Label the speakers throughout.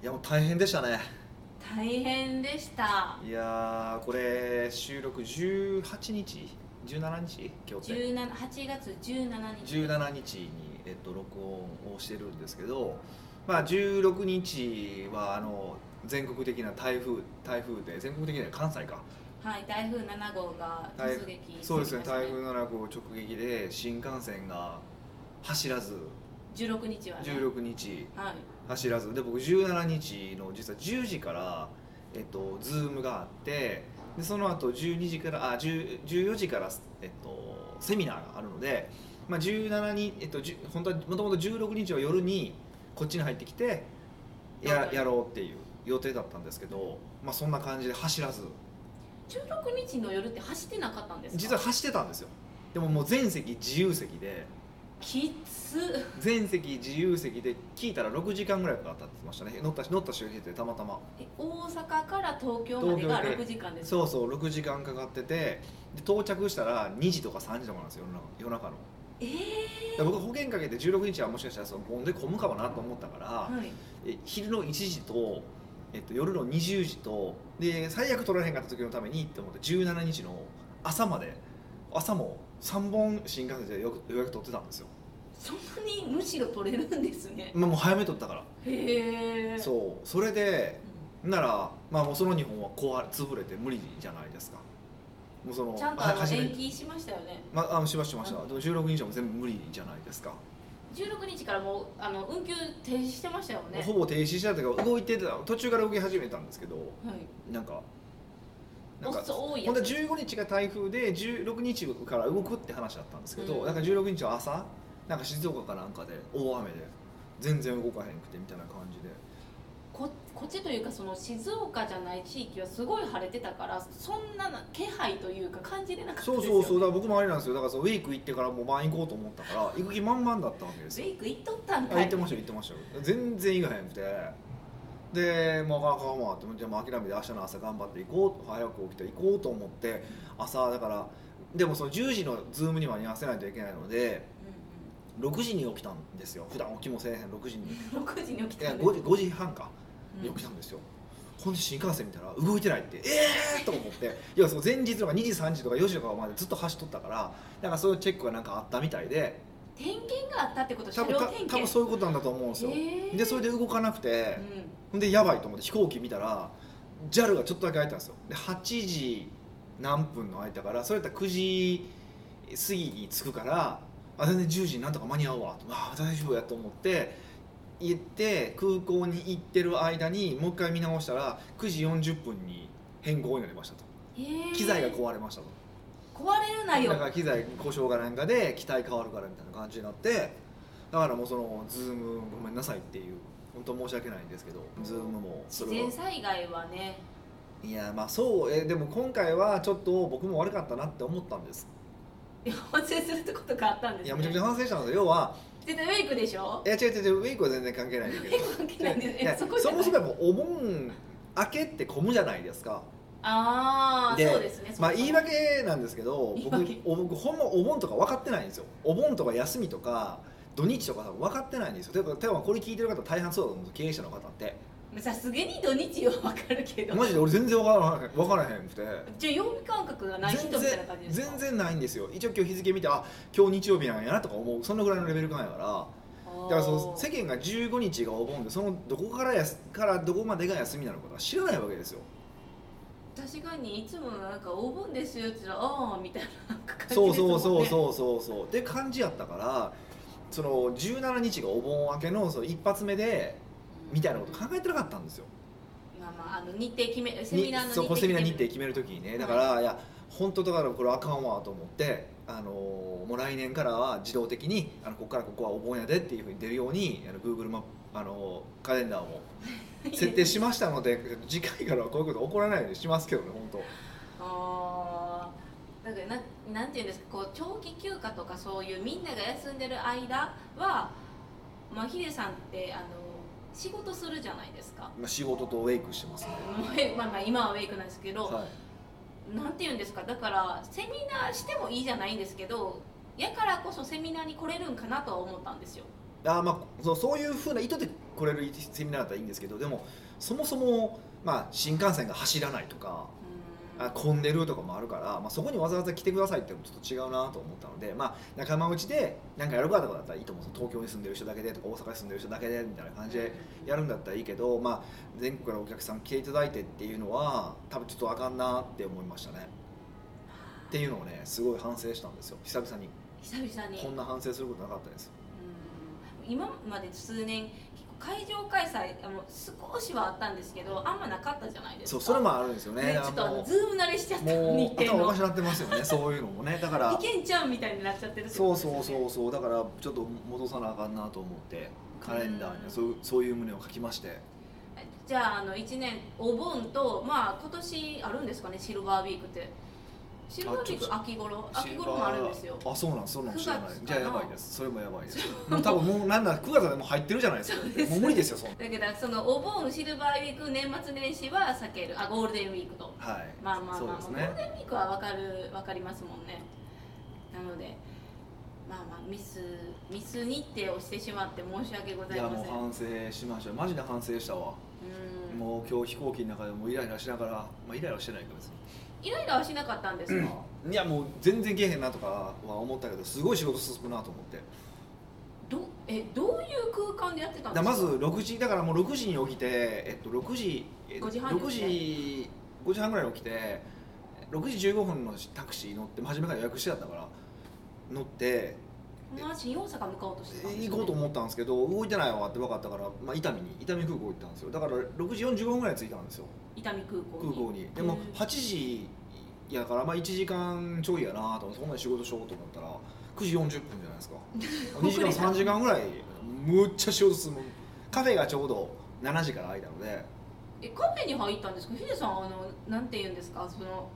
Speaker 1: いやもう大変でしたね
Speaker 2: 大変でした
Speaker 1: いやーこれ収録18日17日今日って
Speaker 2: 17 8月17日
Speaker 1: 17日に、えっと、録音をしてるんですけど、まあ、16日はあの全国的な台風台風で全国的には関西か
Speaker 2: はい台風7号が
Speaker 1: 台
Speaker 2: 突撃
Speaker 1: そうですね台風7号直撃で新幹線が走らず
Speaker 2: 16日はね
Speaker 1: 16日
Speaker 2: はい
Speaker 1: 走らずで僕17日の実は10時から、えっと、ズームがあってでその後12時からあ10 14時から、えっと、セミナーがあるので、まあ、17日、えっと、じゅ本当はもともと16日は夜にこっちに入ってきてややろうっていう予定だったんですけど、まあ、そんな感じで走らず
Speaker 2: 16日の夜って走ってなかったんですか
Speaker 1: 実は走ってたんですよでももう全席自由席で
Speaker 2: きつ
Speaker 1: 全席自由席で聞いたら6時間ぐらいかかったって言ってましたね乗った乗った人がいてたまたま。
Speaker 2: え大阪から東京までが
Speaker 1: 東京で
Speaker 2: 6時間です
Speaker 1: そうそう6時間かかっててで到着したら2時とか3時とかなんですよ夜中夜中の
Speaker 2: え
Speaker 1: で僕保険かけて16日はもしかしたらその盆で混むかもなと思ったから、
Speaker 2: ー、はい
Speaker 1: え昼の1時と、えっと、夜の20時とで最悪取られへんかった時のためにって思って17日の朝まで朝も3本新幹線でよ予約取ってたんですよ、
Speaker 2: そんなにむしろ取れるんですね
Speaker 1: まあ、もう早め取ったから、
Speaker 2: へえう
Speaker 1: そうそれで
Speaker 2: ん
Speaker 1: なら、まあ、もうその日本は壊れ潰れて無理じゃないですかもうその
Speaker 2: ちゃんと
Speaker 1: は
Speaker 2: あの
Speaker 1: 初め
Speaker 2: 延期しましたよね
Speaker 1: まあ、あのしましたしました、
Speaker 2: う
Speaker 1: でも16日はもう全部無理じゃないですか、
Speaker 2: 16日からもうあの運休停止してましたよね
Speaker 1: ほぼ停止したというか動いてた途中から動き始めたんですけど
Speaker 2: はい
Speaker 1: なんかなんか
Speaker 2: 遅い
Speaker 1: ほ
Speaker 2: や
Speaker 1: んで
Speaker 2: つ
Speaker 1: 15日が台風で16日から動くって話だったんですけど、
Speaker 2: うん
Speaker 1: なんか16日は朝なんか静岡かなんかで大雨で全然動かへんくてみたいな感じで
Speaker 2: ここっちというかその静岡じゃない地域はすごい晴れてたからそんなな気配というか感じれなかった
Speaker 1: そ
Speaker 2: で
Speaker 1: う
Speaker 2: すよ、ね、
Speaker 1: そうそうだから僕もあれなんですよだからそのウェイク行ってからもう晩行こうと思ったから行く気満々だったわけですよ
Speaker 2: ウェイク行っとったん
Speaker 1: あ
Speaker 2: かい
Speaker 1: 行ってましたよ行ってましたよ全然行かへんくてでまああかんわって思ってもう諦めて明日の朝頑張って行こうと早く起きて行こうと思って朝だからでもその10時のズームに間に合わせないといけないので
Speaker 2: う
Speaker 1: 6時に起きたんですよ普段起きもせえへん6時にい
Speaker 2: んうん、6時に起き た
Speaker 1: や
Speaker 2: ん
Speaker 1: 5, 時5時半か
Speaker 2: う
Speaker 1: に
Speaker 2: ん
Speaker 1: 起きたんですよ、ほんで新幹線見たら動いてないってええー、と思っていやその前日とか2時3時とか4時とかまでずっと走っとったからなんかそういうチェックがなんかあったみたいで
Speaker 2: 点検があったってこと車
Speaker 1: 多
Speaker 2: 両
Speaker 1: 分た
Speaker 2: 点
Speaker 1: 多分
Speaker 2: 検
Speaker 1: そういうことなんだと思うんですよ、
Speaker 2: へー
Speaker 1: でそれで動かなくて、
Speaker 2: うん
Speaker 1: ほんでやばいと思って飛行機見たら JAL がちょっとだけ空いたんですよで8時何分の空いたからそれやったら9時過ぎに着くからあ全然10時になんとか間に合うわとあ大丈夫やと思って行って空港に行ってる間にもう一回見直したら9時40分に変更になりましたと
Speaker 2: へー
Speaker 1: 機材が壊れましたと
Speaker 2: 壊れるな
Speaker 1: だ
Speaker 2: よ
Speaker 1: から機材故障がなんかで機体変わるからみたいな感じになってだからもうそのズームごめんなさいっていう本当申し訳ないんですけどズームもそ
Speaker 2: 自
Speaker 1: れを
Speaker 2: 然災害はね
Speaker 1: いやまあそうえーでも今回はちょっと僕も悪かったなって思ったんです
Speaker 2: 反省するってことがあったんです、ね、
Speaker 1: いやめちゃくちゃ反省したんですよ要は
Speaker 2: 絶対ウェイクでしょ
Speaker 1: いや違う違う違うウェイクは全然関係ないんだけど
Speaker 2: 関係ないんです
Speaker 1: いや
Speaker 2: えそこじゃない
Speaker 1: もそもやっぱお盆明けって混むじゃないですか
Speaker 2: ああ
Speaker 1: で
Speaker 2: そうですね
Speaker 1: まあ
Speaker 2: そうそう
Speaker 1: 言い訳なんですけど僕
Speaker 2: 言い
Speaker 1: お僕ほんまお盆とか分かってないんですよお盆とか休みとか土日とか多分分かってないんですよてか多分これ聞いてる方大半そうだと思うんですよ経営者の方って
Speaker 2: さすがに土日はわかるけど
Speaker 1: マジで俺全然分からへん分からへんくて
Speaker 2: じゃあ曜日感覚がない人
Speaker 1: 全
Speaker 2: みた
Speaker 1: 然
Speaker 2: いな感じですか
Speaker 1: 全然ないんですよ一応今日日付見てあ今日日曜日なんやなとか思うそのぐらいのレベル感やからだからその世間が15日がお盆でそのどこからやすからどこまでが休みなのかとか知らないわけですよ
Speaker 2: 確かにいつもなんかお盆ですよって言ったらああみたいな感じですも
Speaker 1: そ
Speaker 2: ん
Speaker 1: う
Speaker 2: ね
Speaker 1: そうそうそうそうそうって感じやったからその17日がお盆明けのその一発目でみたいなこと考えてなかったんですよ
Speaker 2: まあまああの日程決めセミナーの
Speaker 1: に
Speaker 2: 日
Speaker 1: そうこう
Speaker 2: 程決
Speaker 1: セミナ
Speaker 2: め
Speaker 1: ー
Speaker 2: る
Speaker 1: 日程決めるときにねだから、い、や本当だからこれあかんわと思って、あのーもう来年からは自動的にあのここからここはお盆やでっていうふうに出るようにあの Google マップあのーカレンダー も設定しましたので次回からはこういうこと起こらないようにしますけどね本
Speaker 2: ああだからななんていうんですかこう長期休暇とかそういうみんなが休んでる間はまあヒデさんってあの仕事するじゃないですか
Speaker 1: 当、まあ、仕事とウェイクしてますね
Speaker 2: もうまあまあ今はウェイクなんですけど、
Speaker 1: はい
Speaker 2: なんて言うんですかだからセミナーしてもいいじゃないんですけどやからこそセミナーに来れるんかなとは思ったんですよ
Speaker 1: あーまあそうそういうふうな意図で来れるセミナーだったらいいんですけどでもそもそも、まあ、新幹線が走らないとかあ混んでるとかもあるから、まあ、そこにわざわざ来てくださいってのもちょっと違うなと思ったので、まあ、仲間内でなんかやるかとかだったらいいと思うんですよ東京に住んでる人だけでとか大阪に住んでる人だけでみたいな感じでやるんだったらいいけど、まあ、全国からお客さん来ていただいてっていうのは多分ちょっとあかんなって思いましたねっていうのをねすごい反省したんですよ久々に
Speaker 2: 久々に
Speaker 1: こんな反省することなかったです
Speaker 2: うん今まで数年結構会場開催あの少しはあったんですけどあんまなかったじゃないです
Speaker 1: そう
Speaker 2: か
Speaker 1: それもあるんですよね
Speaker 2: ね
Speaker 1: だ
Speaker 2: ちょ
Speaker 1: か
Speaker 2: っとあ
Speaker 1: ら
Speaker 2: の
Speaker 1: も
Speaker 2: ズーム慣れしちゃった
Speaker 1: うもう
Speaker 2: 日
Speaker 1: 頭
Speaker 2: 程
Speaker 1: おか
Speaker 2: の
Speaker 1: し
Speaker 2: い
Speaker 1: くなってますよねそういうのもねだ から
Speaker 2: けんちゃんみたいになっちゃってるって
Speaker 1: そ
Speaker 2: こ
Speaker 1: う
Speaker 2: とですよ
Speaker 1: そ
Speaker 2: ね
Speaker 1: うそうそうだからちょっと戻さなあかんなと思ってカレンダーにそうそういう旨を書きまして
Speaker 2: じゃああの1年お盆とまあ今年あるんですかねシルバーウィークってシルバーウィー
Speaker 1: あちょっ
Speaker 2: ク
Speaker 1: と
Speaker 2: 秋頃秋頃もあるんですよ
Speaker 1: あそうなんそうなん知らない
Speaker 2: 9月かな
Speaker 1: じゃあやばいですそれもや ばいですもう多分もうなんなら9月でもう入ってるじゃないですか
Speaker 2: そうです
Speaker 1: もう無理ですよそんな
Speaker 2: だけどそのお盆シルバーウィーク年末年始は避けるあゴールデンウィークと
Speaker 1: はい
Speaker 2: まあまあ
Speaker 1: そう
Speaker 2: まあ、
Speaker 1: です
Speaker 2: ゴールデ
Speaker 1: ね
Speaker 2: ンウィークはわかるわかりますもんねなのでまあまあミスミス日程をしてしまって申し訳ござ
Speaker 1: い
Speaker 2: い
Speaker 1: や
Speaker 2: ま
Speaker 1: も
Speaker 2: せ
Speaker 1: うん反省しましたマジで反省したわ、
Speaker 2: うん
Speaker 1: もう今日飛行機の中でもうイライラしながらまあイライラはしてないか別に
Speaker 2: イライラはしなかったんですか、
Speaker 1: いやもう全然けえへんなとかは思ったけどすごい仕事進むなと思って
Speaker 2: どえどういう空間でやってたんで
Speaker 1: だ
Speaker 2: すか
Speaker 1: まず6時だからもう6時に起きて、えっと、6時え
Speaker 2: 5時半に起
Speaker 1: 6
Speaker 2: きて
Speaker 1: 時5時半ぐらいに起きて6時15分のタクシー乗って初めから予約してたから乗って
Speaker 2: まあ新大阪向かおうとしてたんですね
Speaker 1: 行こうと思ったんですけど動いてないわって分かったから、まあ、伊丹に伊丹空港行ったんですよだから6時45分ぐらいに着いたんですよ
Speaker 2: 伊丹空港
Speaker 1: 空
Speaker 2: に
Speaker 1: 港にでも
Speaker 2: うん
Speaker 1: 8時やからまあ1時間ちょいやなと思ってそんなに仕事しようと思ったら9時40分じゃないですか 2時間3時間ぐらいむっちゃ仕事進むカフェがちょうど7時から空いたので
Speaker 2: えカフェに入ったんですかヒデさんあのなんて言うんですかその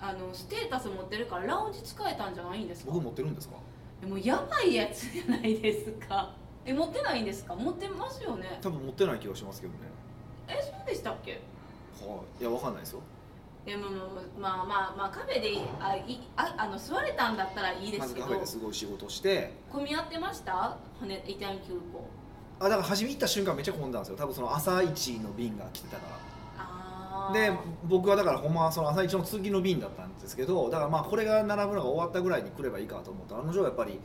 Speaker 2: あのステータス持ってるからラウンジ使えたんじゃないんですか
Speaker 1: 僕持ってるんですか
Speaker 2: でもやばいやつじゃないですかえ持ってないんですか持ってますよね
Speaker 1: 多分持ってない気がしますけどね
Speaker 2: えそうでしたっけ
Speaker 1: はいいやわかんないですよ
Speaker 2: でもまあまあまあカフェであいああの座れたんだったらいいで
Speaker 1: ますず
Speaker 2: け
Speaker 1: カ
Speaker 2: ど
Speaker 1: フェですごい仕事して
Speaker 2: 混み合ってました羽伊丹空港
Speaker 1: あだから初め行った瞬間めっちゃ混んだんですよ多分その朝一の便が来てたから
Speaker 2: ああ
Speaker 1: で僕はだからほんまはその朝一の次の便だったんですけどだからまあこれが並ぶのが終わったぐらいに来ればいいかと思ったら案の定やっぱり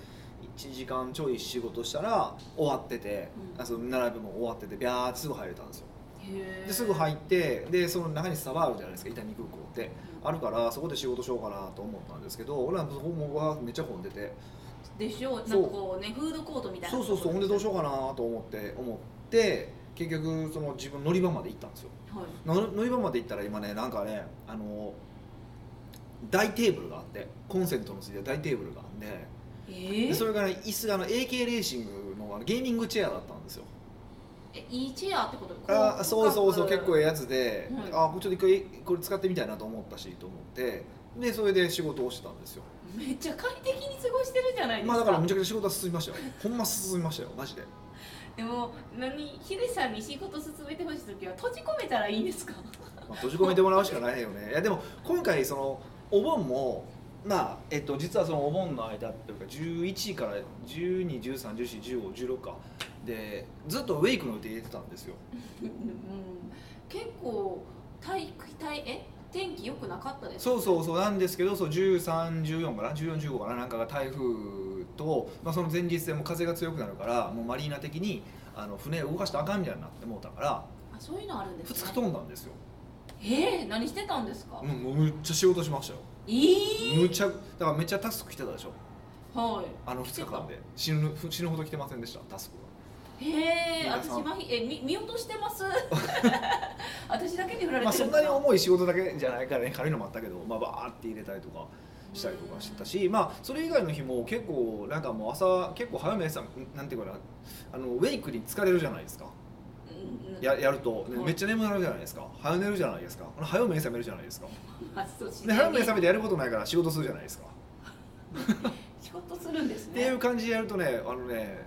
Speaker 1: 1時間ちょい仕事したら終わってて、
Speaker 2: うん
Speaker 1: あその並ぶも終わっててビャーってすぐ入れたんですよ
Speaker 2: へー
Speaker 1: ですぐ入ってでその中にスタバあるじゃないですか伊丹空港ってあるからそこで仕事しようかなと思ったんですけど俺はそこもわーめっちゃ混んでて
Speaker 2: でしょなんか
Speaker 1: そう
Speaker 2: こうねフードコートみたいな
Speaker 1: そうそうそうほんでどうしようかなと思って思って結局その自分乗り場まで行ったんですよ
Speaker 2: はい
Speaker 1: の乗り場まで行ったら今ねなんかねあの大テーブルがあってコンセントのついてる大テーブルがあって
Speaker 2: え
Speaker 1: でそ
Speaker 2: ー、
Speaker 1: れがね椅子があの AK レーシングのあのゲーミングチェアだったんですよ
Speaker 2: えいいチェアってこと
Speaker 1: あそうそうそう結構ええやつで、
Speaker 2: はい
Speaker 1: あちょっと一回これ使ってみたいなと思ったしと思ってでそれで仕事をしてたんですよ
Speaker 2: めっちゃ快適に過ごしてるじゃないですか、
Speaker 1: まあだからむちゃくちゃ仕事は進みましたよほんま進みましたよマジで
Speaker 2: でも何ヒデさんに仕事進めてほしい時は閉じ込めたらいいんですか
Speaker 1: まあ、閉じ込めてもらうしかないよねいやでも今回そのお盆もまあえっと実はそのお盆の間っていうか11から1213141516かでずっとウェイクの予定入れてたんですよ
Speaker 2: うん結構体育体え天気良くなかったです
Speaker 1: そうそうそうなんですけどそう1314かな1415かななんかが台風と、まあ、その前日でも風が強くなるからもうマリーナ的にあの船動かしたらあかんみたいになってもうたから
Speaker 2: あそういうのあるんです
Speaker 1: 2
Speaker 2: ね
Speaker 1: 日飛んだんですよ、
Speaker 2: えー、何してたんですか、
Speaker 1: うん、もうむっちゃ仕事しましたよ
Speaker 2: えー、
Speaker 1: むちゃだからめっちゃタスク来てたでしょ
Speaker 2: は
Speaker 1: あの2日間で死ぬ死ぬほど来てませんでしたタスク
Speaker 2: いへえ
Speaker 1: 皆
Speaker 2: 私
Speaker 1: さん
Speaker 2: 麻痺えみ見落として ます私だけに振ら
Speaker 1: が、
Speaker 2: れ
Speaker 1: まあ、
Speaker 2: て
Speaker 1: そ
Speaker 2: る
Speaker 1: んなに重い仕事だけじゃないからね軽いのもあったけど、まあ、バーって入れたりとかしたりとかしてたし、まあ、それ以外の日も結構なんかもう朝結構早めさなんていうかなあのウェイクに疲れるじゃないですか
Speaker 2: うんうん
Speaker 1: ややると、ね
Speaker 2: はい
Speaker 1: めっちゃ眠くなるじゃないですか早寝るじゃないですか早目覚めるじゃないですか
Speaker 2: まあそうし
Speaker 1: で
Speaker 2: ない
Speaker 1: 早目覚めてやることないから仕事するじゃないですか、
Speaker 2: 仕事するんです
Speaker 1: ってい
Speaker 2: ね
Speaker 1: う感じでやるとねあのね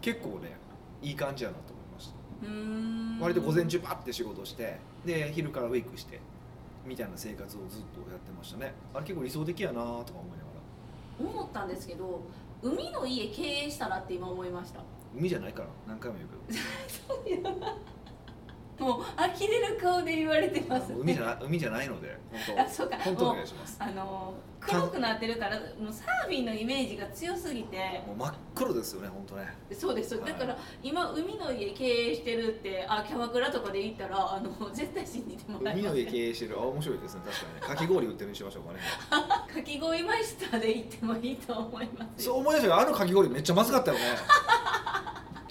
Speaker 1: 結構ねいい感じやなと思いました
Speaker 2: うーん
Speaker 1: 割と午前中バッて仕事してで昼からウェイクしてみたいな生活をずっとやってましたねあれ結構理想的やなとか思いながら
Speaker 2: 思ったんですけど海の家経営したらって今思いました
Speaker 1: 海じゃないから何回も言うけど
Speaker 2: もう呆れる顔で言われて
Speaker 1: あ
Speaker 2: ます
Speaker 1: の海じゃな海じゃないので
Speaker 2: あ
Speaker 1: 本
Speaker 2: そうか
Speaker 1: 当本当お願いします
Speaker 2: あの黒くなってるからもうサーフィンのイメージが強すぎて
Speaker 1: もう真っ黒ですよね本当ね
Speaker 2: そうです
Speaker 1: はい
Speaker 2: だから今海の家経営してるってあキャバクラとかで行ったらあの絶対信じてもらえ
Speaker 1: 海
Speaker 2: ま
Speaker 1: の
Speaker 2: せ
Speaker 1: 家
Speaker 2: ん
Speaker 1: 経営してるあ面白いですね確かにねかき氷売ってるにしましょうかね
Speaker 2: かき氷マイスターで行ってもいいと思います
Speaker 1: そう
Speaker 2: よ
Speaker 1: 思い出したけどあのかき氷めっちゃまずかったよね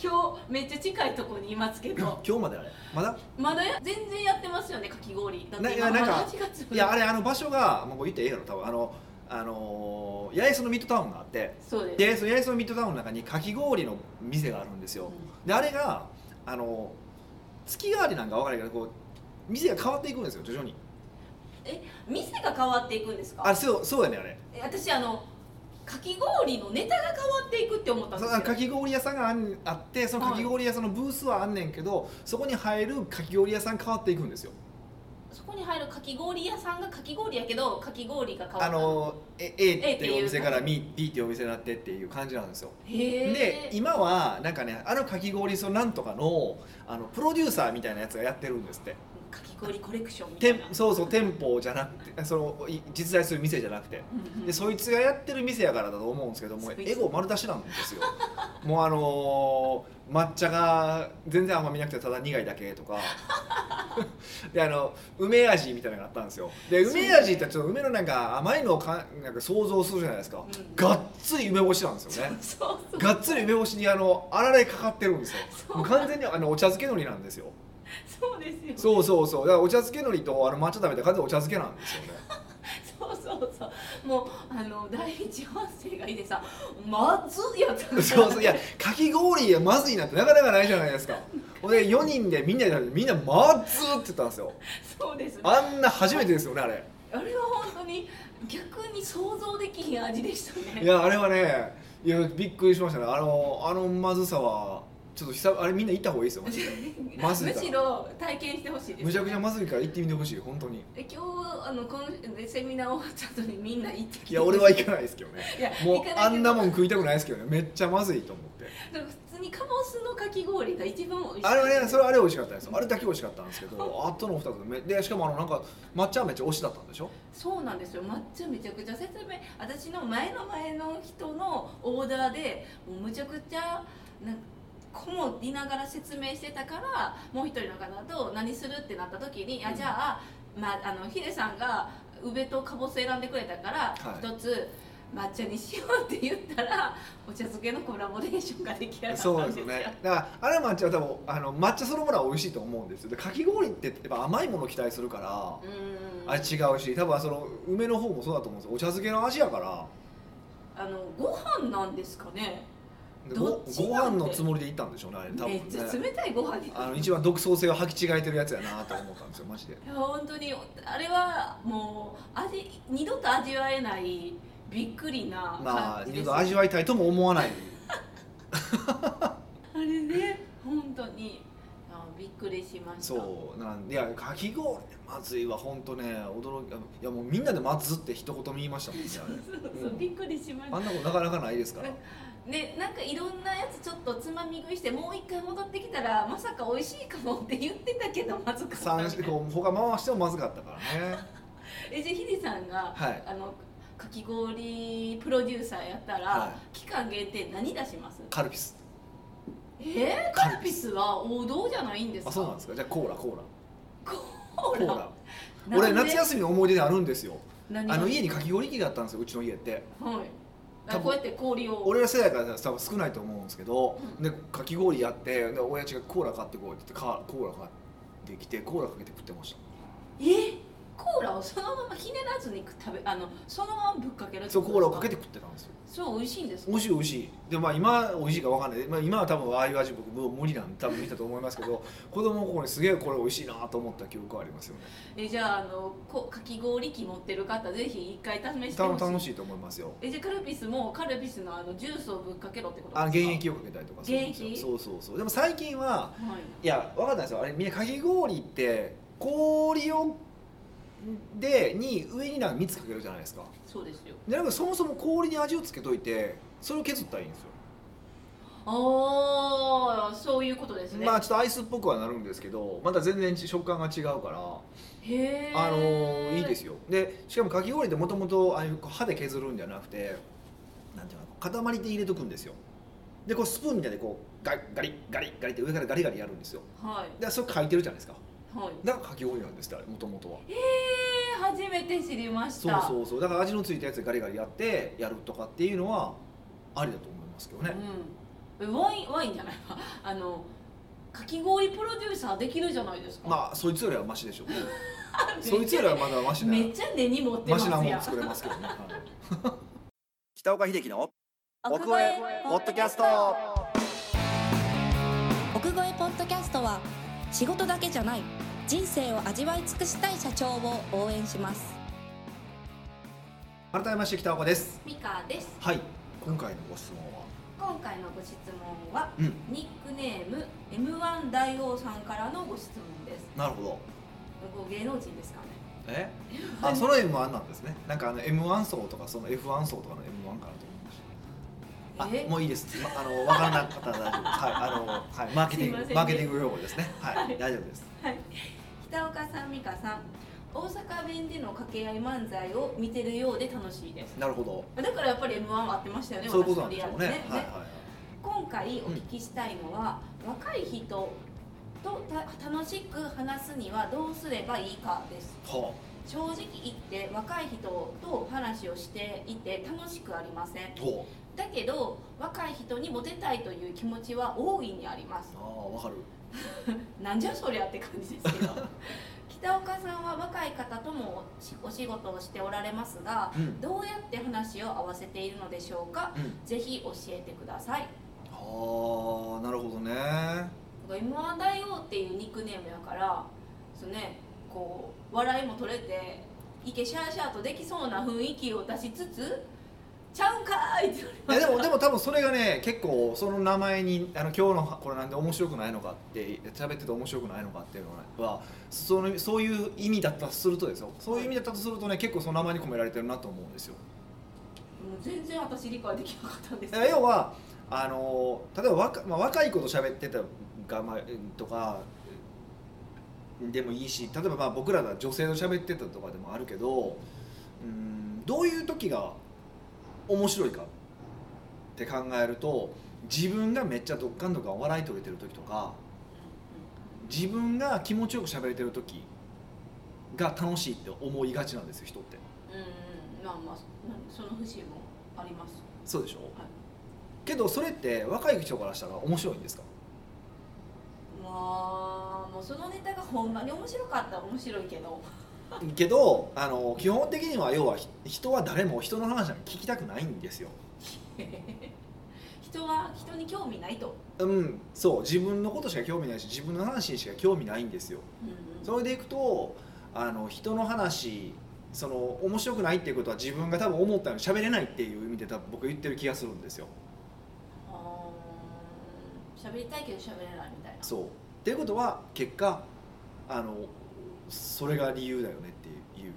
Speaker 2: 今日めっちゃ近いとこにいますけ
Speaker 1: 今
Speaker 2: ど
Speaker 1: 日まであれまだ
Speaker 2: まだや全然やってますよねかき氷だっ
Speaker 1: な
Speaker 2: て
Speaker 1: いや
Speaker 2: 今ま
Speaker 1: なんか
Speaker 2: だ8月
Speaker 1: いやあれあの場所がもうこれ言ってええやろ多分あのあのー八重洲のミッドタウンがあって
Speaker 2: そうです
Speaker 1: で八重洲八重洲のミッドタウンの中にかき氷の店があるんですよであれがあの月替わりなんか分からないけどこう店が変わっていくんですよ徐々に
Speaker 2: うん店が変わっていくんですか
Speaker 1: あそうそうやねあれ
Speaker 2: え私あのかき氷のネタが変わっていくって思ったん
Speaker 1: そ
Speaker 2: で
Speaker 1: う
Speaker 2: すよ
Speaker 1: かき氷屋さんがあんあってそのかき氷屋さんのブースはあんねんけど、そこに入るかき氷屋さん変わっていくんですよ
Speaker 2: そこに入るかき氷屋さんがかき氷やけどかき氷が変わった
Speaker 1: あのえ A っ
Speaker 2: A ってて
Speaker 1: い
Speaker 2: いうう
Speaker 1: お店から B, B っていうお店になってっていう感じなんですよ
Speaker 2: へえ
Speaker 1: で今はなんかねあのかき氷そのなんとかのあのプロデューサーみたいなやつがやってるんですって
Speaker 2: かき氷コレクションみたい
Speaker 1: 店
Speaker 2: な
Speaker 1: そうそう店舗じゃなくてそのい実在する店じゃなくて
Speaker 2: うんうん
Speaker 1: でそいつがやってる店やからだと思うんですけども
Speaker 2: そいつ
Speaker 1: エゴ丸出しなんですよ もうあのー抹茶が全然甘みなくてただ苦いだけとか であの梅味みたいなのがあったんですよで
Speaker 2: そう
Speaker 1: 梅味ってちょっと梅のなんか甘いのをかなんか想像するじゃないですか、
Speaker 2: うん
Speaker 1: がっつり梅干しなんですよね
Speaker 2: そうそう
Speaker 1: がっつり梅干しにあのあられかかってるん ですよもう完全にあのお茶漬けのりなんですよ
Speaker 2: そうですよ
Speaker 1: そうそうそうだからお茶漬けのりとあの抹茶食べて完全にお茶漬けなんですよね
Speaker 2: そうそうそうもうあの第一発声がいてさまずいやった
Speaker 1: そうそういやかき氷はまずいなんてなかなかないじゃないですかほんで4人でみんなで食べてみんな「まずーって言ったんですよ
Speaker 2: そうですあ
Speaker 1: あんな初めてですよねあれ
Speaker 2: れは本当に逆に想像できひん味でした
Speaker 1: い
Speaker 2: ね
Speaker 1: やあれはねいやびっくりしましたねあのあのまずさはちょっと久々あれみんな行った方がいい ですよマジでまずい
Speaker 2: む
Speaker 1: から
Speaker 2: しろ体験してほしいです
Speaker 1: むちゃくちゃまずいから行ってみてほしい本当に
Speaker 2: え今日あのこのセミナー終わった後にみんな行ってきて
Speaker 1: いや俺は行かないですけどね
Speaker 2: いや
Speaker 1: もう
Speaker 2: 行かない
Speaker 1: あ
Speaker 2: けど
Speaker 1: んなもん食いたくないですけどねめっちゃまずいと思って
Speaker 2: でも普通にカモスのかき氷が一番美味しい
Speaker 1: あれはねそれあれ美味しかったですあれだけ美味しかったんですけどあとの2つめでしかもあのなんか抹茶はめっちゃ推しだったんでしょ
Speaker 2: そうなんですよ抹茶めちゃくちゃ説明私の前の前の人のオーダーでもうむちゃくちゃなんかこもりながら説明してたからもう一人の方と何するってなった時に、
Speaker 1: う
Speaker 2: あ
Speaker 1: ん
Speaker 2: じゃあ,、まあ、あのヒデさんが宇部とかぼす選んでくれたから
Speaker 1: はい
Speaker 2: 一、つ抹茶にしようって言ったらお茶漬けのコラボレーションが出来上がったんですよ
Speaker 1: そうですよねだからあれは抹茶は多分あの抹茶そのものは美味しいと思うんですよでかき氷ってやっぱ甘いものを期待するから
Speaker 2: う、ん
Speaker 1: あれ違うし多分その梅の方もそうだと思うんですよお茶漬けの味やから
Speaker 2: あのご飯なんですかね
Speaker 1: で
Speaker 2: ど
Speaker 1: ご
Speaker 2: っち
Speaker 1: ご
Speaker 2: なんて
Speaker 1: 飯のつもりで行ったんでしょうねあれ多分
Speaker 2: めっちゃ
Speaker 1: ね
Speaker 2: 冷たいご飯に
Speaker 1: あの一番独創性を履き違えてるやつやなと思ったんですよマジで
Speaker 2: いや本当にあれはもう味二度と味わえないびっくりな
Speaker 1: まあ
Speaker 2: 感じで
Speaker 1: 二
Speaker 2: す、
Speaker 1: 度味わいたいとも思わない
Speaker 2: あれね本当にあびっくりしました
Speaker 1: そうなんでいやかき氷ねまずいは本当ね驚きあのいやもうみんなで「まず」って一言も言いましたもんねあれ
Speaker 2: そうそう
Speaker 1: うん
Speaker 2: びっくりしました
Speaker 1: あんなことなかなかないですから
Speaker 2: ねなんかいろんなやつちょっとつまみ食いしてもう一回戻ってきたらまさか美味しいかもって言ってたけどまずかった
Speaker 1: 三してこう他回してもまずかったからね
Speaker 2: えじゃあヒデさんが、
Speaker 1: はい
Speaker 2: あのかき氷プロデューサーやったら、
Speaker 1: は
Speaker 2: 期間限定何出します
Speaker 1: カルピス
Speaker 2: えー、
Speaker 1: カ
Speaker 2: カ
Speaker 1: ル
Speaker 2: ル
Speaker 1: ピ
Speaker 2: ピ
Speaker 1: ス
Speaker 2: スは王道じゃないんですか
Speaker 1: あそうなんですかじゃあコーラコーラ
Speaker 2: コ
Speaker 1: コ
Speaker 2: ー
Speaker 1: ー
Speaker 2: ラ
Speaker 1: ラ俺
Speaker 2: なんで
Speaker 1: 夏休みの思い出であるんですよ
Speaker 2: 何が
Speaker 1: あの家にかき氷機があったんですようちの家って
Speaker 2: はい
Speaker 1: 多
Speaker 2: あ
Speaker 1: 分
Speaker 2: こうやって氷を
Speaker 1: 俺ら世代から多分少ないと思うんですけど、でかき氷やってで親父がコーラ買ってこいって言ってカコーラ買ってきてコーラかけて食ってまし
Speaker 2: えコーラをそのままひねらずに食べあのそのままぶっかける
Speaker 1: た
Speaker 2: って
Speaker 1: そうコーラをかけ
Speaker 2: て
Speaker 1: て食ってたんですよ
Speaker 2: そう美味しいんですか
Speaker 1: 美味しい美味しいでまあ今美味しいかわかんない、まあ、今は多分ああいう味僕もう無理なんで多分見たと思いますけど 子供の頃にすげえこれ美味しいなと思った記憶はありますよね
Speaker 2: えじゃああのこかき氷機持ってる方ぜひ一回試して
Speaker 1: 多
Speaker 2: ほ
Speaker 1: 分
Speaker 2: しい
Speaker 1: 楽しいと思いますよ
Speaker 2: えじゃあカルピスもカルピスのあのジュースをぶっかけろってことですか
Speaker 1: あ現役をかけたりとかするんですよ
Speaker 2: 現役
Speaker 1: そうそうそうでも最近は
Speaker 2: はい
Speaker 1: いや分かんないですよあれみんなかき氷って氷をでに上になんか蜜かけるじゃないですか
Speaker 2: そうですよ
Speaker 1: でなんかそもそも氷に味をつけといてそれを削ったらいいんですよ
Speaker 2: ああそういうことですね、
Speaker 1: まあちょっとアイスっぽくはなるんですけどまた全然食感が違うから
Speaker 2: へえ
Speaker 1: あのいいです
Speaker 2: よ
Speaker 1: よでしかもかき氷ってもともとああいうこう歯で削るんじゃなくてなんていうのかな塊で入れとくんですよでこうスプーンみたいでこうガリガリガリガリって上からガリガリやるんですよ
Speaker 2: はい
Speaker 1: でそれ書いてるじゃないですか
Speaker 2: はい
Speaker 1: だからかき氷なんですってもともとは
Speaker 2: ええ初めて知りまし
Speaker 1: そ
Speaker 2: た
Speaker 1: うそうそうだから味のついたやつガリガリやってやるとかっていうのはありだと思いますけどね、
Speaker 2: うん、ワインワインじゃないわ あのかき氷プロデューサーできるじゃないですか、
Speaker 1: まあそいつよりはマシ でしょう
Speaker 2: めっちゃ
Speaker 1: そいつよりはまだマシな
Speaker 2: めっちゃ根に持って
Speaker 1: マ
Speaker 2: ま
Speaker 1: シ
Speaker 2: す
Speaker 1: な
Speaker 2: やん
Speaker 1: もん作れますけど ね、はい北岡秀樹の
Speaker 3: 奥越えポッドキャスト
Speaker 4: 奥越えポッドキャストは仕事だけじゃない人生を味わい尽くしたい社長を応援します
Speaker 1: 改めまして北岡です
Speaker 2: ミカです
Speaker 1: はい今回のご質問は
Speaker 2: 今回のご質問は
Speaker 1: うん
Speaker 2: ニックネーム M1 大王さんからのご質問です
Speaker 1: なるほど
Speaker 2: ご芸能人ですかね
Speaker 1: えあその M1 なんですねなんかあの M1 層とかその F1 層とかの M1 かなと思いましたあ
Speaker 2: え
Speaker 1: もういいです、ま あのわからなかったら大丈夫 ですはいあの、はい、マーケティング、
Speaker 2: すいませんね
Speaker 1: マーケティング用語ですねはい、
Speaker 2: はい
Speaker 1: 大丈夫です
Speaker 2: 北岡さん美香さん大阪弁での掛け合い漫才を見てるようで楽しいです
Speaker 1: なるほど
Speaker 2: だからやっぱり M1 は合ってましたよね
Speaker 1: そういうことなんでし
Speaker 2: 私
Speaker 1: ょ
Speaker 2: の
Speaker 1: う
Speaker 2: リ
Speaker 1: ね
Speaker 2: アル
Speaker 1: はいはいはい
Speaker 2: 今回お聞きしたいのは、若い人とた楽しく話すにはどうすればいいかです
Speaker 1: は
Speaker 2: 正直言って若い人と話をしていて楽しくありません
Speaker 1: あほ
Speaker 2: だけど若い人にモテたいという気持ちは大いにあります
Speaker 1: うああわかる
Speaker 2: なんじゃそりゃって感じですけど 北岡さんは若い方ともお仕事をしておられますが
Speaker 1: うん
Speaker 2: どうやって話を合わせているのでしょうか
Speaker 1: うん
Speaker 2: ぜひ教えてください
Speaker 1: ああなるほどね
Speaker 2: m 1大王っていうニックネームやからそう、ね、こう笑いも取れていけシャーシャーとできそうな雰囲気を出しつつ「ちゃうんかーい!」って言われま
Speaker 1: え
Speaker 2: し
Speaker 1: で
Speaker 2: た
Speaker 1: もでも多分それがね結構その名前にあの今日のこれなんで面白くないのかって喋ってて面白くないのかっていうのはそのそういう意味だったとするとですよそういう意味だったとするとね結構その名前に込められてるなと思うんですよ
Speaker 2: もう全然私理解できなかったんです
Speaker 1: え要はあの例えば若,、まあ、若い子と喋ってたが、まあ、とかでもいいし例えばまあ僕らが女性と喋ってたとかでもあるけどうんどういう時が面白いかって考えると自分がめっちゃどっかんどっかん笑い取れてる時とか自分が気持ちよく喋れてる時が楽しいって思いがちなんですよ人って。
Speaker 2: うんまあまあその節もあります
Speaker 1: そうでしょ、
Speaker 2: はい
Speaker 1: けどそれって若い人からしたら面白いんですか
Speaker 2: まあもうそのネタがほんまに面白かったら面白いけど
Speaker 1: けどあの基本的には要はひ人は誰も人の話なんか聞きたくないんですよ。
Speaker 2: 人は人に興味ないと、
Speaker 1: うん、そう自分のことしか興味ないし自分の話にしか興味ないんですよ。
Speaker 2: うんうん
Speaker 1: それでいくとあの人の話その面白くないっていうことは自分が多分思ったように喋れないっていう意味で多分僕言ってる気がするんですよ。
Speaker 2: あー喋りたいけど喋れないみたいな
Speaker 1: そうっていうことは結果あのそれが理由だよねっていう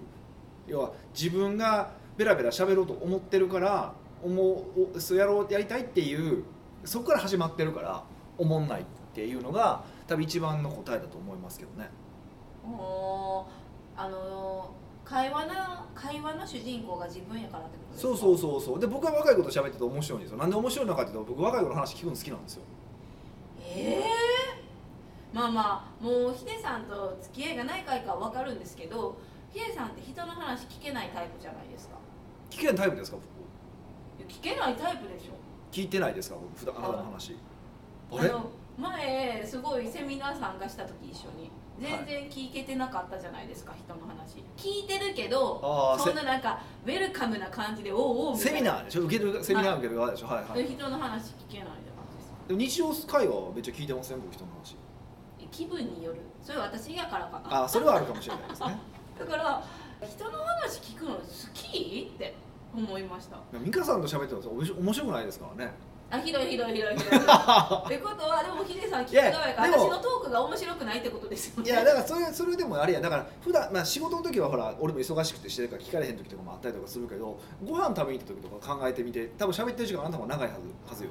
Speaker 1: 要は自分がベラベラ喋ろうと思ってるから思うおそうやろうやりたいっていうそこから始まってるから思んないっていうのが多分一番の答えだと思いますけどね。
Speaker 2: おーあのー会話な会話の主人公が自分やからってことですか
Speaker 1: そうそう
Speaker 2: う
Speaker 1: そうそうで僕は若い子と喋ってて面白いんですよなんで面白いのかっていうと僕若い子の話聞くの好きなんですよ
Speaker 2: ええまあまあもうヒデさんと付き合いがない回かは分かるんですけどヒデさんって人の話聞けないタイプじゃないですか
Speaker 1: 聞けないタイプですか僕
Speaker 2: いや聞けないタイプでしょ
Speaker 1: 聞いてないですか僕普段あなたの話あ
Speaker 2: あ
Speaker 1: れ
Speaker 2: の前すごいセミナー参加した時一緒に全然聞けてなかったじゃないですか、人の話聞いてるけど
Speaker 1: ああ
Speaker 2: そんななんかウェルカムな感じでおうおうみた
Speaker 1: セ
Speaker 2: いな
Speaker 1: ミナーでしょ受けるセミナー受ける側でしょはいはい
Speaker 2: 人の話聞けないじゃないですか
Speaker 1: でも日常会話はめっちゃ聞いてません僕人の話
Speaker 2: 気分によるそれは私やからかな
Speaker 1: あそれはあるかもしれないです ね
Speaker 2: だから人の話聞くの好きって思いました
Speaker 1: でも美香さんと喋ってもおもし面白くないですからね
Speaker 2: あひどいひどい ひどいひどいってことはでもヒデさん聞く側やから
Speaker 1: いやで
Speaker 2: 私
Speaker 1: も
Speaker 2: のトークが面白くないってことですよね
Speaker 1: いやだからそれそれでもあれやだから普段まあ仕事の時はほら俺も忙しくてしてるから聞かれへん時とかもあったりとかするけどご飯食べに行った時とか考えてみて多分喋ってる時間あなたも長いはずはずよ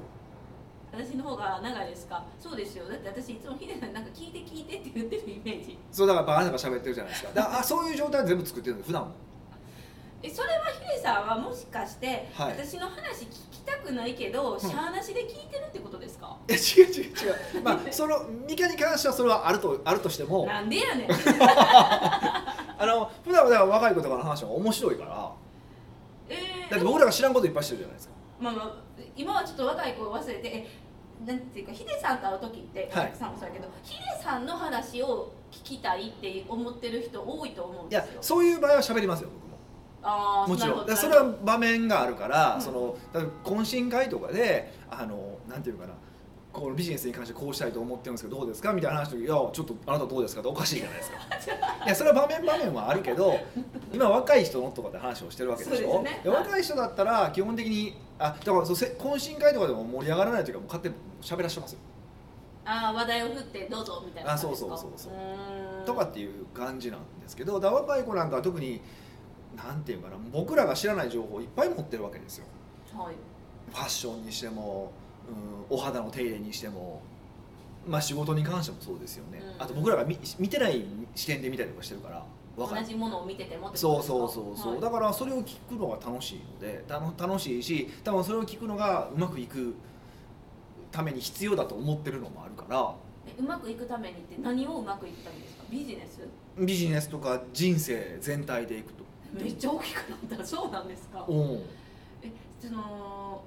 Speaker 2: 私の方が長いですかそうですよだって私いつもヒデさんなんか聞いて聞いてって言ってるイメージ
Speaker 1: そうだからバーナが喋ってるじゃないですかだからあそういう状態で全部作ってるの普段も
Speaker 2: えそれはヒデさんはもしかして、
Speaker 1: はい
Speaker 2: 私の話聞きたくないけど、しゃあなしで聞いてるってことですか
Speaker 1: いや違う違う違うまあそのミカに関してはそれはあると あるとしても
Speaker 2: なんでや ねん
Speaker 1: あの普段はだから若い子とかの話は面白いから
Speaker 2: え
Speaker 1: だっ
Speaker 2: ー
Speaker 1: て僕らが知らんこといっぱいしてるじゃないですか
Speaker 2: まあまあ、今はちょっと若い子を忘れてえなんていうかヒデさんと会う時ってお
Speaker 1: はい
Speaker 2: 客さんもそうやけど、ヒデさんの話を聞きたいって思ってる人多いと思うん
Speaker 1: い
Speaker 2: で
Speaker 1: や
Speaker 2: すよ。
Speaker 1: そういう場合は喋りますよ僕も
Speaker 2: あー
Speaker 1: もちろん
Speaker 2: な
Speaker 1: だ
Speaker 2: る
Speaker 1: か
Speaker 2: ほ
Speaker 1: ら
Speaker 2: ど
Speaker 1: それは場面があるから、
Speaker 2: うん
Speaker 1: その例えば懇親会とかであのなんていうかなこのビジネスに関してこうしたいと思ってるんですけどどうですかみたいな話の時いやちょっとあなたどうですかっておかしいじゃない ですかいやそれは場面場面はあるけど今若い人のとかって話をしてるわけでし
Speaker 2: そ
Speaker 1: ょ
Speaker 2: うですね
Speaker 1: で若い人だったら基本的にあだからそうせ懇親会とかでも盛り上がらないというかもう勝手に喋らしてますよ
Speaker 2: あー話題を振ってどうぞみたいな感じですか
Speaker 1: あそうそうそうそう
Speaker 2: ーん
Speaker 1: とかっていう感じなんですけどだから若い子なんかは特になんていうかな僕らが知らない情報をいっぱい持ってるわけですよ
Speaker 2: はい
Speaker 1: ファッションにしても、うん、お肌の手入れにしても、まあ、仕事に関してもそうですよね、
Speaker 2: うん
Speaker 1: あと僕らが見見てない視点で見たりとかしてるから
Speaker 2: 同
Speaker 1: 若い
Speaker 2: じものを見ててもってこと
Speaker 1: そう
Speaker 2: ですか
Speaker 1: そうそうそう、
Speaker 2: はい
Speaker 1: だからそれを聞くのが楽しいのでたの楽しいし多分それを聞くのがうまくいくために必要だと思ってるのもあるから
Speaker 2: えうまくいくためにって何をうまくいくためですかビジネス
Speaker 1: ビジネスとか人生全体でいくと。
Speaker 2: めっちゃ大きくなった そうなんですか
Speaker 1: うん
Speaker 2: えその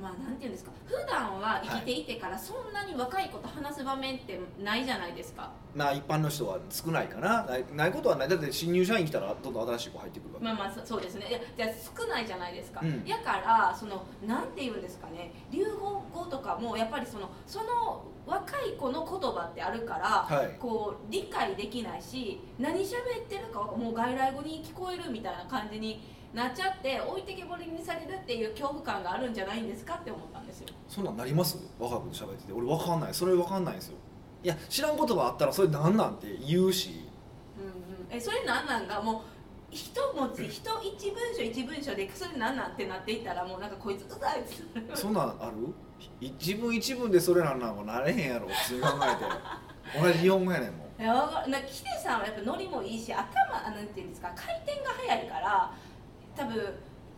Speaker 2: まあなんていうんですか普段は生きていてからそんなに若い子と話す場面ってないじゃないですか、
Speaker 1: まあ一般の人は少ないかなないないことはないだって新入社員来たらどんどん新しい子入ってくるわけ、
Speaker 2: まあまあそそうですねいやじゃあ少ないじゃないですか、
Speaker 1: うん
Speaker 2: やからそのなんていうんですかね流行語とかもやっぱりそのその若い子の言葉ってあるから、
Speaker 1: はい
Speaker 2: こう理解できないし何喋ってるかわかもう外来語に聞こえるみたいな感じになっちゃって置いてけぼりにされるっていう恐怖感があるんじゃないんですかって思ったんですよ
Speaker 1: そんなんなります若い子と喋ってて俺分かんないそれ分かんないんですよいや知らん言葉あったらそれなんなんて言うし
Speaker 2: うんうん、えそれなんなんがもう一文字一一文章一文章でそれなんなんってなっていったらもうなんかこいつうざいっつって
Speaker 1: そんなんあるい自分一文でそれなんなんもなれへんやろ普通に考えて俺日本語やねんもん
Speaker 2: いやわかるなんかヒデさんはやっぱノリもいいし頭あなんていうんですか回転が速いから多分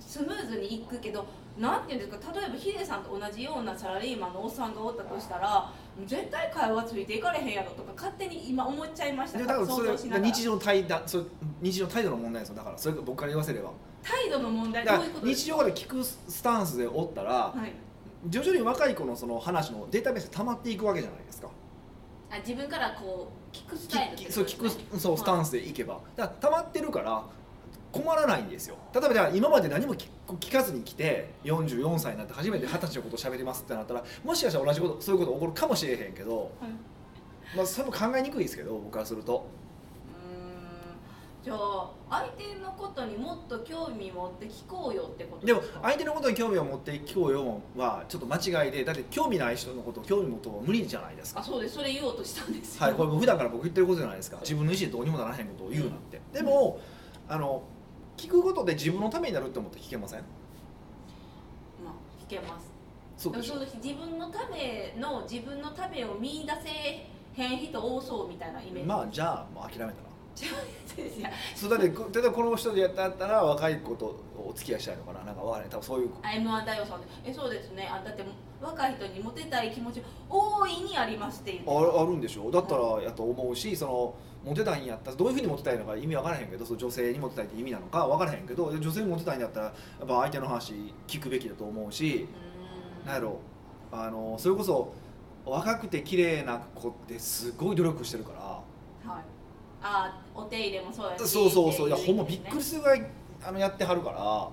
Speaker 2: スムーズにいくけどなんていうんですか例えばヒデさんと同じようなサラリーマンのおっさんがおったとしたら絶対会話ついていかれへんやろとか勝手に今思っちゃいました
Speaker 1: でも多分それ
Speaker 2: 想像しながら
Speaker 1: 日常の態度それ日常の態度の問題ですよだからそれ僕から言わせれば
Speaker 2: 態度の問題
Speaker 1: だ
Speaker 2: ど
Speaker 1: か
Speaker 2: う
Speaker 1: ら
Speaker 2: いうことです
Speaker 1: 日
Speaker 2: か
Speaker 1: 常から聞くスタンスでおったら
Speaker 2: はい、
Speaker 1: 徐々に若い子のその話のデータベースが溜まっていくわけじゃないですか
Speaker 2: あ自分からこう聞くス
Speaker 1: き
Speaker 2: タイルって
Speaker 1: き
Speaker 2: こと
Speaker 1: そう
Speaker 2: です
Speaker 1: 聞
Speaker 2: ね
Speaker 1: くそうスタンスでいけばだから溜まってるから困らないんですよ例えばじゃあ今まで何も聞聞かずに来て44歳になって初めて二十歳のことを喋りますってなったらもしかしたら同じことそういうこと起こるかもしれへんけど、
Speaker 2: はい
Speaker 1: まあ、それも考えにくいですけど僕からすると
Speaker 2: うーんじゃあ相手のことにもっと興味持って聞こうよってこと
Speaker 1: でも
Speaker 2: すか
Speaker 1: 相手のことに興味を持って聞こうよはちょっと間違いでだって興味ない人のことを興味持とうは無理じゃないです
Speaker 2: あ
Speaker 1: か
Speaker 2: そうですそれ言おうとしたんですよ
Speaker 1: はい、これも普段から僕言ってることじゃないですか自分の意思でどうにもならへんことを言うなってでもあの聞くことで自分のためになるって思って聞けません
Speaker 2: まあ聞けます
Speaker 1: そう
Speaker 2: で
Speaker 1: で
Speaker 2: も
Speaker 1: しょ
Speaker 2: そうです自分のための自分のためを見出せへん人多そうみたいなイメージ、
Speaker 1: まあじゃあもう諦めたら
Speaker 2: いや
Speaker 1: そうだってこ例えばこの人でやったら若い子とお付き合いしたいのかななんかわからない多分そういう
Speaker 2: m 1大王さんでえそうですねあだって若い人にモテたい気持ち大いにありますって言って
Speaker 1: ああるんでしょだったらやと思うしそのモテたいんやったらどういうふうにモテたいのか意味わからへんけどその女性にモテたいって意味なのかわからへんけど女性にモテたいんだったらやっぱ相手の話聞くべきだと思うし
Speaker 2: うーん
Speaker 1: なんやろあのそれこそ若くて綺麗な子ってすごい努力してるから。
Speaker 2: はいあお手入れもそうやし
Speaker 1: そうそうそういや
Speaker 2: って
Speaker 1: ほ
Speaker 2: い
Speaker 1: ん
Speaker 2: う
Speaker 1: ま
Speaker 2: 意
Speaker 1: びっ
Speaker 2: 見ね
Speaker 1: くりするぐらいあのやってはるから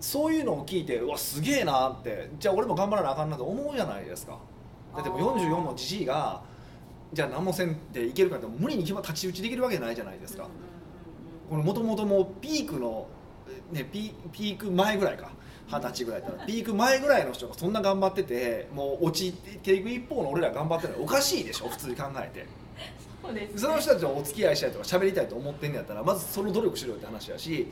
Speaker 1: そういうのを聞いてうわすげえなってじゃあ俺も頑張らなあかんなと思うじゃないですかだってもう
Speaker 2: あー
Speaker 1: 44のじじいがじゃあ何もせんでいけるかって無理に決ま立ち打ちできるわけないじゃないですか、
Speaker 2: うんうんうんうん
Speaker 1: このもともともうピークの、ね、ピピーク前ぐらいか二十歳ぐらいだったらピーク前ぐらいの人がそんな頑張っててもう落ちていく一方の俺ら頑張ってるのおかしいでしょ普通に考えて
Speaker 2: そうです、ね、
Speaker 1: その人たちとお付き合いしたいとか喋りたいと思ってんのやったらまずその努力しろよって話やし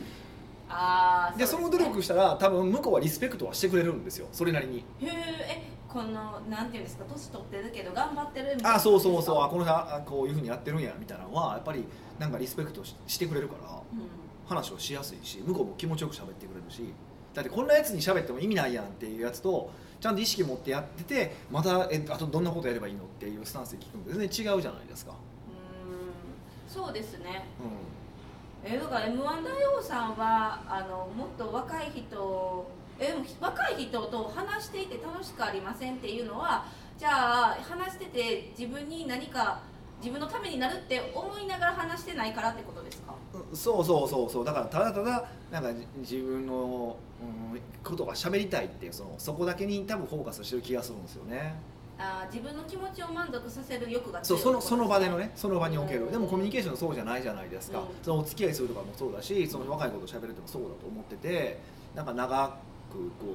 Speaker 2: ああ
Speaker 1: でその努力したら多分向こうはリスペクトはしてくれるんですよそれなりに
Speaker 2: へーえこのなんていうんですか年取ってるけど頑張ってるみたいな
Speaker 1: あそうそうそうあこの人あこういうふうにやってるんやみたいなのはやっぱりなんかリスペクトししてくれるから
Speaker 2: うん、
Speaker 1: 話をしやすいし向こうも気持ちよく喋ってくれるしだってこんなやつに喋っても意味ないやんっていうやつとちゃんと意識持ってやっててまたえあとどんなことやればいいのっていうスタンスで聞くのと全然違うじゃないですか。
Speaker 2: うんそうですね
Speaker 1: う
Speaker 2: えだから m 1大王さんはあのもっと若い人えでも若い人と話していて楽しくありませんっていうのはじゃあ話してて自分に何か自分のためになるって思いながら話してないからってことですか
Speaker 1: んそうそうそうそうだからただただなんかじ自分の、うん、ことが喋りたいっていうそのそこだけに多分フォーカスしてる気がするんですよね。
Speaker 2: あー自分の気持ちを満足させる欲が
Speaker 1: そう
Speaker 2: 強い
Speaker 1: そのその場での
Speaker 2: ね
Speaker 1: ねその場における、
Speaker 2: うん
Speaker 1: でもコミュニケーションそうじゃないじゃないですか、
Speaker 2: うん
Speaker 1: そのお付き合いするとかもそうだしその若い子と喋るとかもそうだと思っててなんか長くこ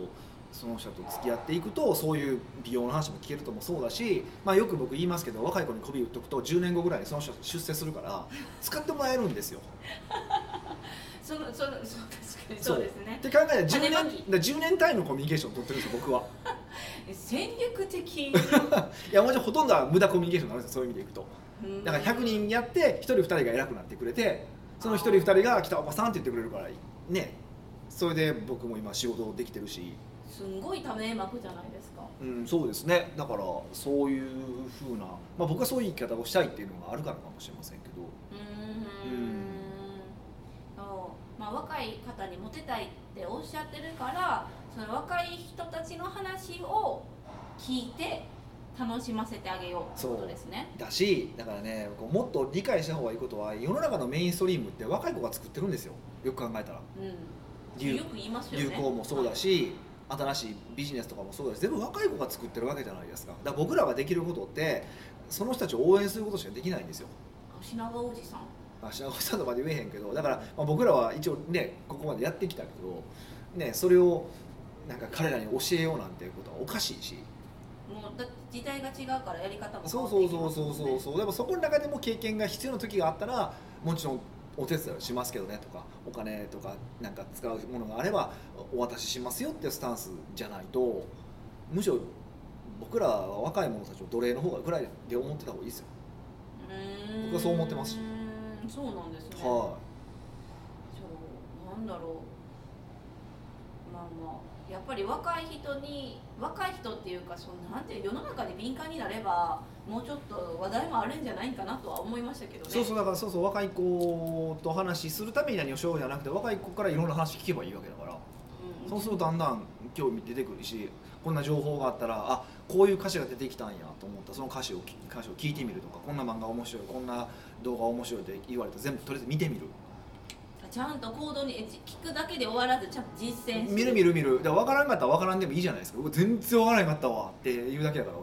Speaker 1: うその人と付き合っていくとそういう美容の話も聞けるともそうだし、まあ、よく僕言いますけど若い子に媚び打っとくと10年後ぐらいにその人出世するから使ってもらえるんですよ。
Speaker 2: そのそのそう確かにそうです
Speaker 1: っ
Speaker 2: ね
Speaker 1: て考えたら10年
Speaker 2: 種
Speaker 1: だ
Speaker 2: ま
Speaker 1: か
Speaker 2: き
Speaker 1: ら10年単位のコミュニケーションを取ってるんですよ僕は。
Speaker 2: え戦略的
Speaker 1: いやもちろんほとんどは無駄コミュニケーションになるんですよそういう意味でいくと。
Speaker 2: うん
Speaker 1: だから100人やって1人2人が偉くなってくれてその1人2人が「来たおばさん」って言ってくれるからねそれで僕も今仕事できてるし、
Speaker 2: すんごいため幕じゃないですか
Speaker 1: うん、そうですねだからそういうふうな、まあ、僕はそういう言い方をしたいっていうのがあるからかもしれませんけど
Speaker 2: うー
Speaker 1: うん
Speaker 2: んそうまあ、若い方にモテたいっておっしゃってるからその若い人たちの話を聞いて楽しませてあげようってことですね。
Speaker 1: だしだからねこうもっと理解した方がいいことは世の中のメインストリームって若い子が作ってるんですよよく考えたら
Speaker 2: うん、
Speaker 1: 流
Speaker 2: よく言いますよね
Speaker 1: 流行もそうだし、新しいビジネスとかもそうだし全部若い子が作ってるわけじゃないですかだから僕らができることってその人たちを応援することしかできないんですよ
Speaker 2: はい品川おじさん
Speaker 1: まあ、品川さんとまで言えへんけどだから、まあ、僕らは一応ねここまでやってきたけど、ね、それをなんか彼らに教えようなんていうことはおかしいし
Speaker 2: もうだって時代が違うからやり方も変
Speaker 1: そ
Speaker 2: わ
Speaker 1: う
Speaker 2: って
Speaker 1: そ
Speaker 2: いうき
Speaker 1: そ
Speaker 2: ま
Speaker 1: う
Speaker 2: す
Speaker 1: そ
Speaker 2: もん
Speaker 1: う
Speaker 2: ね
Speaker 1: そうそうでもそこの中でも経験が必要な時があったらもちろんお手伝いをしますけどねとかお金とかなんか使うものがあればお渡ししますよっていうスタンスじゃないとむしろ僕らは若い者たちを奴隷の方がぐらいで思ってた方がいいですよ。
Speaker 2: うーん
Speaker 1: 僕はそう思ってます
Speaker 2: うーんそうなんですね
Speaker 1: は
Speaker 2: そうなんだろうまあまあやっぱり若い人に若い人っていうかそのなんていう世の中に敏感になればもうちょっと話題もあるんじゃないかなとは思いましたけどね
Speaker 1: い、そうそうだからそうそう若い子と話しするために何をしようじゃなくて若い子からいろんな話聞けばいいわけだから。
Speaker 2: うん
Speaker 1: そうするとだんだん興味出てくるしこんな情報があったらあこういう歌詞が出てきたんやと思ったその歌詞をき歌詞を聞いてみるとかこんな漫画面白いこんな動画面白いって言われたら全部とりあえず見てみる
Speaker 2: ちゃんと行動にえじ聞くだけで終わらずちゃんと実践する
Speaker 1: 見る見る見るで分からんかったら分からんでもいいじゃないですかうわ全然分からんかったわって言うだけだから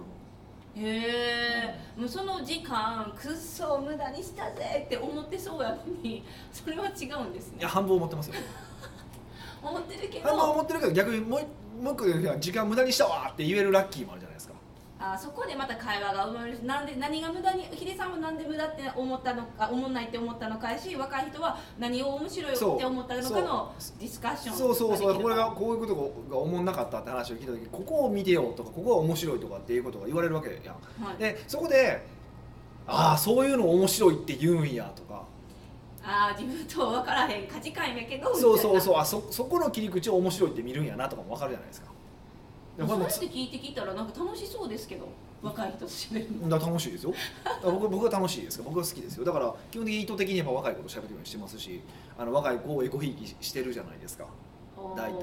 Speaker 1: 俺も
Speaker 2: へえもうその時間くっそ無駄にしたぜって思ってそうやのにそれは違うんです
Speaker 1: い
Speaker 2: ね
Speaker 1: や半分思ってますよ
Speaker 2: 思ってるけ
Speaker 1: 半分思
Speaker 2: ど
Speaker 1: ってるけど逆にもう一もう一個言うのは時間無駄にしたわって言えるラッキーもあるじゃないですか
Speaker 2: あそこでまた会話が生まれるしなんで何が無駄にヒデさんは何で無駄って思ったのか思んないって思ったのかやし若い人は何を面白いって思ったのかの
Speaker 1: そう
Speaker 2: ディスカッション
Speaker 1: そうそうそう
Speaker 2: できる
Speaker 1: これがこういうことが思んなかったって話を聞いた時ここを見てよとかここは面白いとかっていうことが言われるわけやん
Speaker 2: はい
Speaker 1: でそこで「ああそういうの面白いって言うんや」とか
Speaker 2: ああ自分とは分からへん価値観やけ
Speaker 1: 「
Speaker 2: ど
Speaker 1: そうそう
Speaker 2: う
Speaker 1: そうあそそこの切り口を面白いって見るんやな」とかも分かるじゃないですか。で
Speaker 2: そ
Speaker 1: これも
Speaker 2: れって
Speaker 1: つ
Speaker 2: 聞いてきたらなんか楽しそうですけど若い人と喋るの
Speaker 1: だから楽しいですよだから僕僕は楽しいですよ僕は好きですよだから基本的に意図的にやっぱ若い子と喋るようにしてますしあの若い子をエコひいきしてるじゃないですか 大体
Speaker 2: おー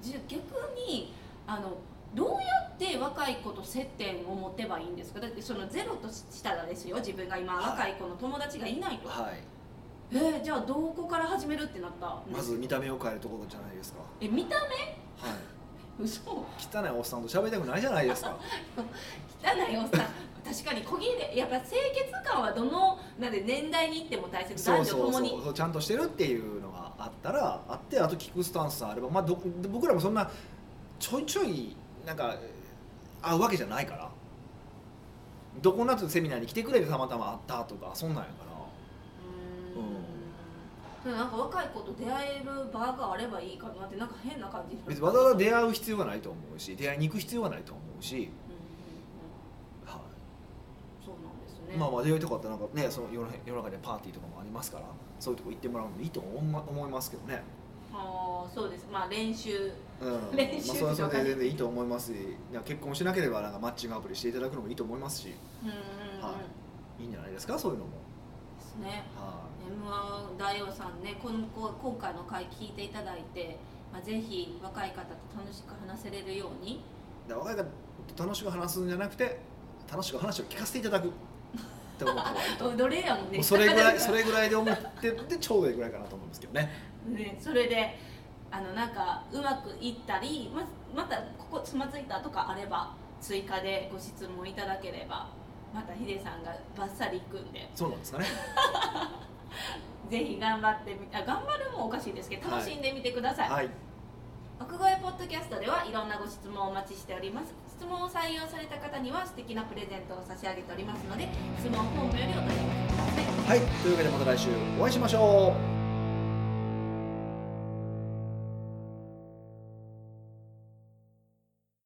Speaker 2: じゃあ逆にあのどうやって若い子と接点を持てばいいんですかだってそのゼロとしたらですよ自分が今
Speaker 1: はい
Speaker 2: 若い子の友達がいないと、
Speaker 1: はい
Speaker 2: えー、じゃあどこから始めるってなった
Speaker 1: まず見た目を変えるところじゃないですか
Speaker 2: え見た
Speaker 1: はい
Speaker 2: 目嘘汚
Speaker 1: 汚いおっさんと喋りたくないじゃないですか
Speaker 2: いおっさん確かに小切れやっぱ清潔感はどのなんで年代に行っても大切
Speaker 1: そ
Speaker 2: 男
Speaker 1: うそう
Speaker 2: 女とも
Speaker 1: そう
Speaker 2: に
Speaker 1: そうちゃんとしてるっていうのがあったらあってあと聞くスタンスあれば、まあ、ど僕らもそんなちょいちょいなんか会うわけじゃないからどこなとセミナーに来てくれてたまたま会ったとかそんなんやから
Speaker 2: うーんでもなんか若い子と出会える場があればいいかなってなんか変な感じになる
Speaker 1: 別にわざわざ出会う必要がないと思うし出会いに行く必要はないと思うし
Speaker 2: うね、
Speaker 1: まあまあ出会いとかってなんかねその世の世の中でパーティーとかもありますからそういうとこ行ってもらうのもいいと思いま思いますけどね、
Speaker 2: あーそうですまあ練習
Speaker 1: うん、
Speaker 2: 練習
Speaker 1: まあ、それ
Speaker 2: と
Speaker 1: は
Speaker 2: かね
Speaker 1: 全然いいと思いますしなんか結婚しなければなんかマッチングアプリしていただくのもいいと思いますし
Speaker 2: うんうんうん、
Speaker 1: はいいいんじゃないですかそういうのも、
Speaker 2: ですね
Speaker 1: は
Speaker 2: m 1大王さんねこのこ今回の回聞いていただいて、まあ、ぜひ若い方と楽しく話せれるように
Speaker 1: い、だから若い方と楽しく話すんじゃなくて楽しく話を聞かせていただくって思った方がいい と思
Speaker 2: どれやもん
Speaker 1: う
Speaker 2: ね
Speaker 1: もうそれぐらいそれぐらいで思ってでちょうどいいぐらいかなと思うんですけどね
Speaker 2: ね、それであのなんかうまくいったりままたここつまずいたとかあれば追加でご質問いただければまたヒデさんがバッサリいくんで
Speaker 1: そうなんですかね
Speaker 2: ぜひ頑張ってみあ頑張るもおかしいですけど楽しんでみてください、
Speaker 1: はい
Speaker 2: 奥越えポッドキャストではいろんなご質問をお待ちしております質問を採用された方には素敵なプレゼントを差し上げておりますので質問フォームよりお問い合わせください
Speaker 1: はいというわけでまた来週お会いしましょう